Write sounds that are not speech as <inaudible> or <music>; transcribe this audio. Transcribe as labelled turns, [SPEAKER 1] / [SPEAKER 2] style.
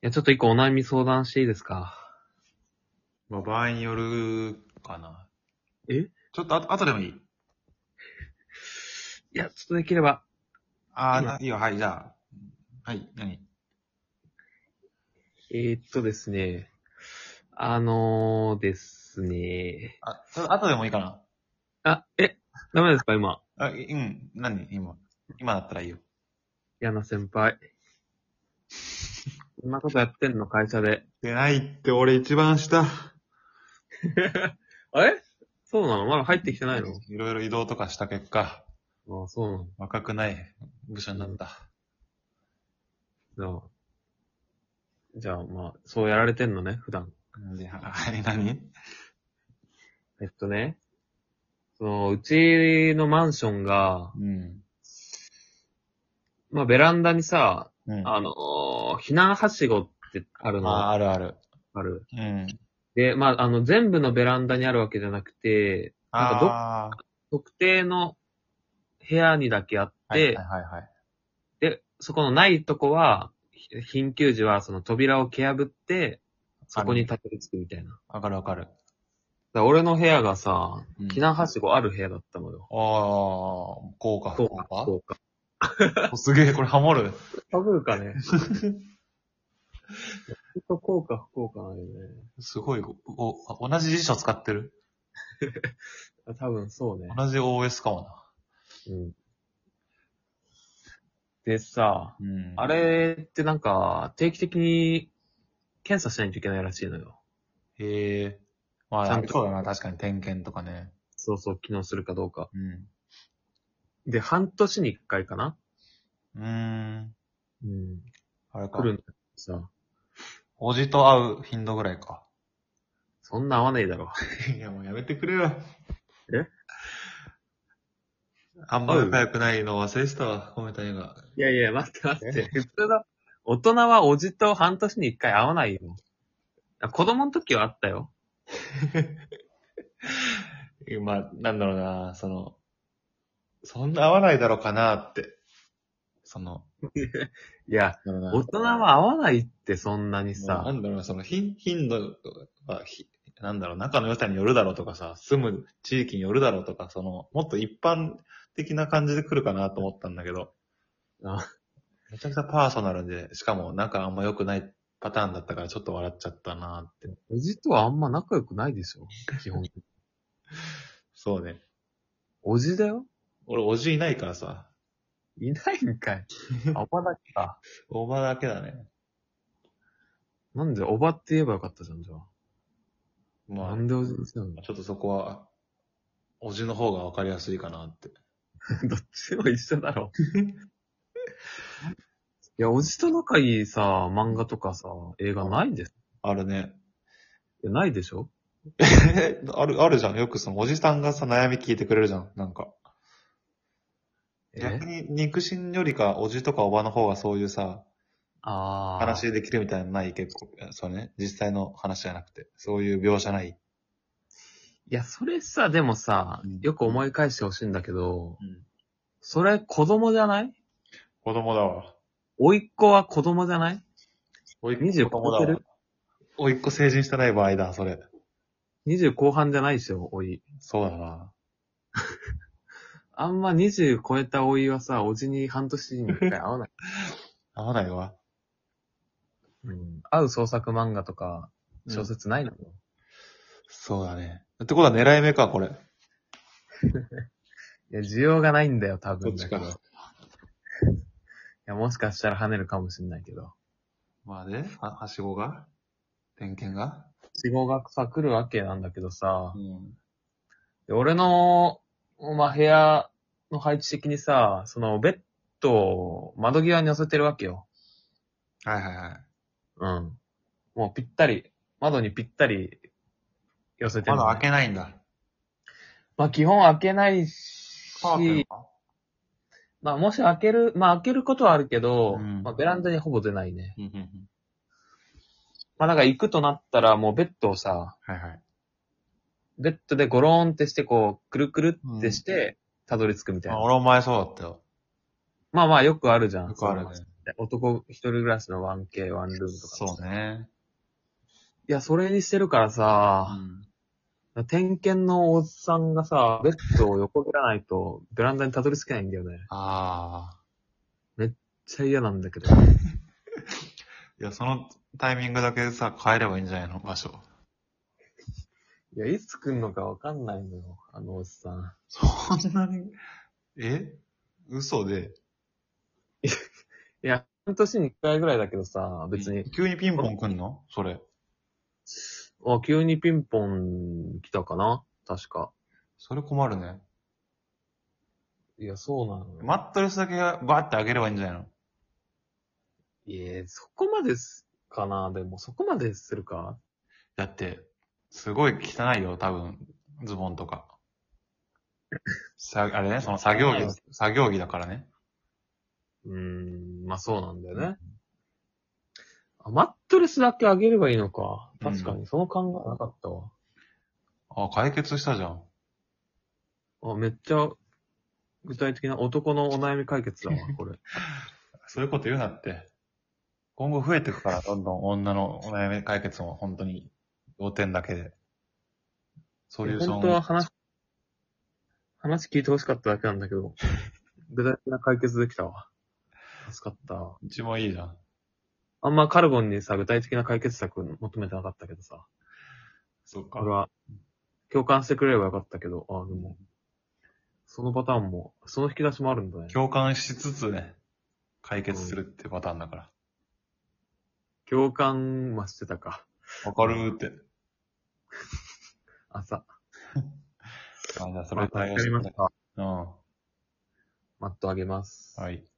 [SPEAKER 1] や、ちょっと一個お悩み相談していいですか
[SPEAKER 2] まあ、場合によるかな。
[SPEAKER 1] え
[SPEAKER 2] ちょっとあ、あとでもいい
[SPEAKER 1] いや、ちょっとできれば、
[SPEAKER 2] あ
[SPEAKER 1] い
[SPEAKER 2] あ、
[SPEAKER 1] いよ
[SPEAKER 2] ないいよ、はい、じゃあ。はい、何
[SPEAKER 1] えー、っとですね、あのーですね、
[SPEAKER 2] あ、それ、あとでもいいかな
[SPEAKER 1] あ、え、ダメですか今。
[SPEAKER 2] あ、いうん、何今。今だったらいいよ。
[SPEAKER 1] 嫌な先輩。こんなことやってんの会社で。
[SPEAKER 2] 出ないって、俺一番下。
[SPEAKER 1] <laughs> あれそうなのまだ入ってきてないの
[SPEAKER 2] いろいろ移動とかした結果、
[SPEAKER 1] ああ、そうなの
[SPEAKER 2] 若くない部署になった。
[SPEAKER 1] じゃあ。じゃあ、まあ、そうやられてんのね、普段。
[SPEAKER 2] で、ははい、何
[SPEAKER 1] えっとね、その、うちのマンションが、
[SPEAKER 2] うん。
[SPEAKER 1] まあ、ベランダにさ、
[SPEAKER 2] うん。
[SPEAKER 1] あのー避難はしごってあるの。
[SPEAKER 2] あ、
[SPEAKER 1] あ
[SPEAKER 2] あるある。
[SPEAKER 1] る。
[SPEAKER 2] うん。
[SPEAKER 1] で、まあ、あの、全部のベランダにあるわけじゃなくて、なんかどっ
[SPEAKER 2] あ
[SPEAKER 1] 特定の部屋にだけあっ
[SPEAKER 2] あー、
[SPEAKER 1] て、
[SPEAKER 2] はいはいはいはい。
[SPEAKER 1] で、そこのないとこは、ひ緊急時はその扉を蹴破って、そこにたどり着くみたいな。だか
[SPEAKER 2] わかるわかる。
[SPEAKER 1] ら俺の部屋がさ、
[SPEAKER 2] うん
[SPEAKER 1] 避難はしごある部屋だったのよ。
[SPEAKER 2] ああ、こうか、
[SPEAKER 1] そう
[SPEAKER 2] こ
[SPEAKER 1] か、そううか。
[SPEAKER 2] か。おすげえ、これハモる。
[SPEAKER 1] かぶるか <laughs> ね。ちょっとこうか不幸かなんよね。
[SPEAKER 2] すごい、お、同じ辞書使ってる。
[SPEAKER 1] あ多分そうね。
[SPEAKER 2] 同じ OS かもな。
[SPEAKER 1] うん。でさ、
[SPEAKER 2] うん
[SPEAKER 1] あれってなんか、定期的に検査しないといけないらしいのよ。
[SPEAKER 2] へえ。ま
[SPEAKER 1] ちゃ
[SPEAKER 2] あ
[SPEAKER 1] ん、と
[SPEAKER 2] そうだな、確かに点検とかね。
[SPEAKER 1] そうそう、機能するかどうか。
[SPEAKER 2] うん。
[SPEAKER 1] で、半年に一回かな
[SPEAKER 2] うーん。
[SPEAKER 1] うん。
[SPEAKER 2] あれ
[SPEAKER 1] 来
[SPEAKER 2] か。
[SPEAKER 1] るんだけどさ、
[SPEAKER 2] おじと会う頻度ぐらいか。
[SPEAKER 1] そんな合わねえだろ。
[SPEAKER 2] <laughs> いや、もうやめてくれよ。
[SPEAKER 1] え
[SPEAKER 2] あんま仲良くないの忘れてたわ、コメタが。
[SPEAKER 1] いやいや、待って待って。普通だ。大人はおじと半年に一回会わないよ。あ子供の時はあったよ。
[SPEAKER 2] 今、なんだろうな、その、そんな合わないだろうかなって。その、
[SPEAKER 1] いや、
[SPEAKER 2] なんだろ
[SPEAKER 1] 大
[SPEAKER 2] うな
[SPEAKER 1] 人は会わないってそんなに
[SPEAKER 2] さな
[SPEAKER 1] さ。
[SPEAKER 2] んだろうな、その頻頻度は、ひなんだろう、仲の良さによるだろうとかさ、住む地域によるだろうとか、その、もっと一般的な感じで来るかなと思ったんだけど、
[SPEAKER 1] あ
[SPEAKER 2] めちゃくちゃパーソナルで、しかも仲あんま良くないパターンだったからちょっと笑っちゃったなって。
[SPEAKER 1] おじとはあんま仲良くないでしょ。基本。
[SPEAKER 2] そうね。
[SPEAKER 1] おじだよ
[SPEAKER 2] 俺、おじいないからさ、
[SPEAKER 1] いないんかい。あおばだけか。
[SPEAKER 2] おばだけだね。
[SPEAKER 1] なんで、おばって言えばよかったじゃん、じゃあ。
[SPEAKER 2] ま
[SPEAKER 1] な
[SPEAKER 2] あ、
[SPEAKER 1] んでおじにしたの
[SPEAKER 2] ちょっとそこは、おじの方がわかりやすいかなって。
[SPEAKER 1] <laughs> どっちも一緒だろ。 <laughs> いや、おじと仲いいさ、漫画とかさ、映画ないんです。
[SPEAKER 2] あるね。
[SPEAKER 1] <laughs> いやないでしょ
[SPEAKER 2] えある、あるじゃん。よくそのおじさんがさ、悩み聞いてくれるじゃん。なんか。
[SPEAKER 1] え
[SPEAKER 2] 逆に肉親よりか、おじとかおばの方がそういうさ、
[SPEAKER 1] ああ。
[SPEAKER 2] 話できるみたいなのない結構、そうね、実際の話じゃなくて、そういう描写ない。
[SPEAKER 1] いや、それさ、でもさ
[SPEAKER 2] うん、
[SPEAKER 1] よく思い返してほしいんだけど、
[SPEAKER 2] うん
[SPEAKER 1] それ子供じゃない
[SPEAKER 2] 子供だわ。
[SPEAKER 1] 甥っ子は子供じゃない
[SPEAKER 2] おい
[SPEAKER 1] 20超えてる
[SPEAKER 2] おいっ子成人してない場合だ、それ。
[SPEAKER 1] ?20 後半じゃないでしょ、甥い。
[SPEAKER 2] そうだな。
[SPEAKER 1] あんま20超えた甥いはさ、おじに半年に一回会わない。
[SPEAKER 2] 合わないわ。
[SPEAKER 1] うん、会う創作漫画とか、小
[SPEAKER 2] うん
[SPEAKER 1] 説ないの、
[SPEAKER 2] そうだね。ってことは狙い目か、これ。
[SPEAKER 1] いや、需要がないんだよ、多分だけど。
[SPEAKER 2] ど
[SPEAKER 1] い <laughs> や、もしかしたら跳ねるかもしんないけど。
[SPEAKER 2] まあで、は、はしごが点検が
[SPEAKER 1] 死後がさ、来るわけなんだけどさ、
[SPEAKER 2] ん。
[SPEAKER 1] で俺の、まあ、部屋の配置的にさ、そのベッドを窓際に寄せてるわけよ。
[SPEAKER 2] はいはいはい。
[SPEAKER 1] うん。もうぴったり、窓にぴったり寄せてる
[SPEAKER 2] ま
[SPEAKER 1] のね、
[SPEAKER 2] だ開けないんだ。
[SPEAKER 1] まあ基本開けない
[SPEAKER 2] カーテン
[SPEAKER 1] し、
[SPEAKER 2] は
[SPEAKER 1] まあもし開ける、まあ開けることはあるけど、
[SPEAKER 2] うん
[SPEAKER 1] まあベランダにほぼ出ないね。
[SPEAKER 2] うんうんうん
[SPEAKER 1] まあなんか行くとなったらもうベッドをさ、
[SPEAKER 2] はいはい。
[SPEAKER 1] ベッドでゴローンってしてこう、くるくるってして、たどり着くみたい
[SPEAKER 2] まあ
[SPEAKER 1] な。
[SPEAKER 2] 俺も前そうだったよ。
[SPEAKER 1] まあまあよくあるじゃん。
[SPEAKER 2] よくあるね
[SPEAKER 1] その。男一人暮らしの 1K、ワンルームとか。
[SPEAKER 2] そうね。
[SPEAKER 1] いや、それにしてるから
[SPEAKER 2] う
[SPEAKER 1] さ、
[SPEAKER 2] ん
[SPEAKER 1] 点検のおっさんがさ、ベッドを横切らないと、ベランダにたどり着けないんだよね。めっ
[SPEAKER 2] ああ。
[SPEAKER 1] ちゃ嫌なんだけど。
[SPEAKER 2] いや、そのタイミングだけさ、変えればいいんじゃないの場所。
[SPEAKER 1] いや、いつ来んのかわかんないのよ、あのおっさん。
[SPEAKER 2] そんなに、え嘘で。
[SPEAKER 1] いや、半年に一回ぐらいだけどさ、別に、
[SPEAKER 2] 急にピンポン来んのそれ。
[SPEAKER 1] あ、急にピンポン来たかな確か。
[SPEAKER 2] それ困るね。
[SPEAKER 1] いや、そうなのよ。
[SPEAKER 2] マットレスだけバーって上げればいいんじゃないの
[SPEAKER 1] いや、そこまですかなでも、そこまでするか
[SPEAKER 2] だって、すごい汚いよ、多分、ズボンとか。さあれね、その作業着、作業着だからね。
[SPEAKER 1] うーん、まあそうなんだよね。あ、マットレスだけ上げればいいのか。確かに、その考えなかったわ。
[SPEAKER 2] あ、解決したじゃん。
[SPEAKER 1] あ、めっちゃ、具体的な男のお悩み解決だ <laughs> わ、これ。
[SPEAKER 2] そういうこと言うなって。今後増えていくから、どんどん女のお悩み解決も本当に、要点だけで。ソリューション
[SPEAKER 1] 本当は話、話聞いてほしかっただけなんだけど、 <laughs> 具体的な解決できたわ。助かった。
[SPEAKER 2] 一番いいじゃん。
[SPEAKER 1] あんまカルボンにさ、具体的な解決策求めてなかったけどさ。
[SPEAKER 2] そっか
[SPEAKER 1] これ。は、共感してくれればよかったけど、あでも、そのパターンも、その引き出しもあるんだね。
[SPEAKER 2] 共感しつつね、解決するってパターンだから。
[SPEAKER 1] 共感はしてたか。
[SPEAKER 2] わかるーって。
[SPEAKER 1] 朝。
[SPEAKER 2] あ、じゃあそ
[SPEAKER 1] ま
[SPEAKER 2] れ
[SPEAKER 1] た
[SPEAKER 2] 対
[SPEAKER 1] や
[SPEAKER 2] 応し
[SPEAKER 1] り
[SPEAKER 2] て
[SPEAKER 1] ました。
[SPEAKER 2] うん。は
[SPEAKER 1] マット上げます。
[SPEAKER 2] い。